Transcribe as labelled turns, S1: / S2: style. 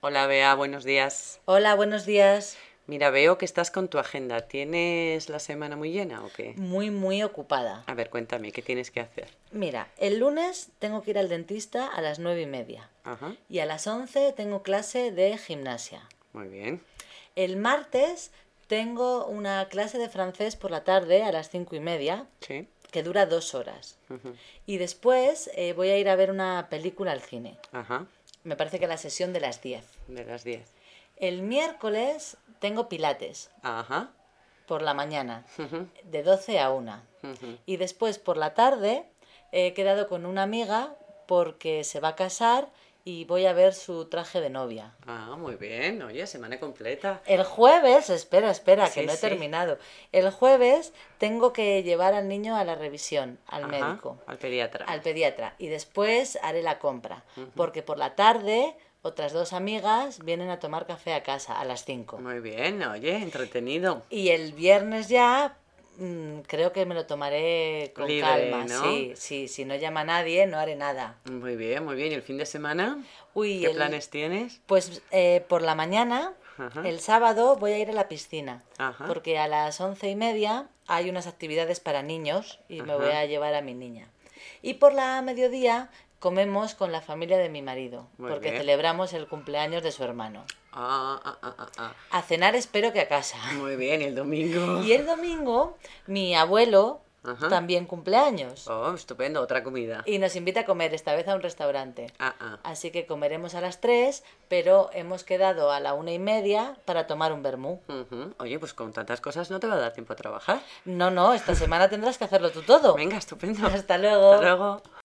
S1: Hola Bea, buenos días.
S2: Hola, buenos días.
S1: Mira, veo que estás con tu agenda. ¿Tienes la semana muy llena o qué?
S2: Muy, muy ocupada.
S1: A ver, cuéntame, ¿qué tienes que hacer?
S2: Mira, el lunes tengo que ir al dentista a las nueve y media.
S1: Ajá,
S2: Y a las 11 tengo clase de gimnasia.
S1: muy bien.
S2: El martes tengo una clase de francés por la tarde a las cinco y media,
S1: Sí.
S2: que dura dos horas.
S1: ujú,
S2: Y después eh, voy a ir a ver una película al cine.
S1: Ajá,
S2: Me parece que la sesión de las 10.
S1: de las 10.
S2: El miércoles tengo pilates
S1: Ajá.
S2: por la mañana,
S1: ujú,
S2: de 12 a 1.
S1: ujú.
S2: Y después por la tarde he quedado con una amiga porque se va a casar y voy a ver su traje de novia.
S1: Ah, muy bien. Oye, semana completa.
S2: El jueves, espera, espera, que
S1: Sí,
S2: no he
S1: sí.
S2: terminado. El jueves tengo que llevar al niño a la revisión, al
S1: Ajá,
S2: médico,
S1: Al pediatra.
S2: al pediatra. Y después haré la compra. Porque por la tarde otras dos amigas vienen a tomar café a casa a las 5.
S1: Muy bien, oye, entretenido.
S2: Y el viernes ya mm, creo que me lo tomaré con
S1: Libre,
S2: calma.
S1: ¿no?
S2: Sí, sí, si no llama nadie, no haré nada.
S1: Muy bien, muy bien. ¿Y el fin de semana?
S2: Uy,
S1: ¿Qué
S2: el-
S1: planes tienes?
S2: Pues eh, por la mañana,
S1: Ajá.
S2: el sábado, voy a ir a la piscina.
S1: Ajá.
S2: Porque a las once y media hay unas actividades para niños y me voy
S1: Ajá.
S2: a llevar a mi niña. Y por la mediodía comemos con la familia de mi marido,
S1: Muy
S2: porque
S1: bien.
S2: celebramos el cumpleaños de su hermano.
S1: Ah, ah, ah, ah, ah.
S2: A cenar espero que a casa.
S1: Muy bien, ¿y el domingo?
S2: Y el domingo, mi abuelo
S1: Ajá.
S2: también cumpleaños
S1: Oh, estupendo, otra comida.
S2: y nos invita a comer, esta vez a un restaurante.
S1: Ah, ah.
S2: Así que comeremos a las 3, pero hemos quedado a la una y media para tomar un vermú.
S1: Ujú. Oye, pues con tantas cosas no te va a dar tiempo a trabajar.
S2: No, no, esta semana tendrás que hacerlo tú todo.
S1: Venga, estupendo.
S2: Oh. Hasta luego.
S1: Hasta luego.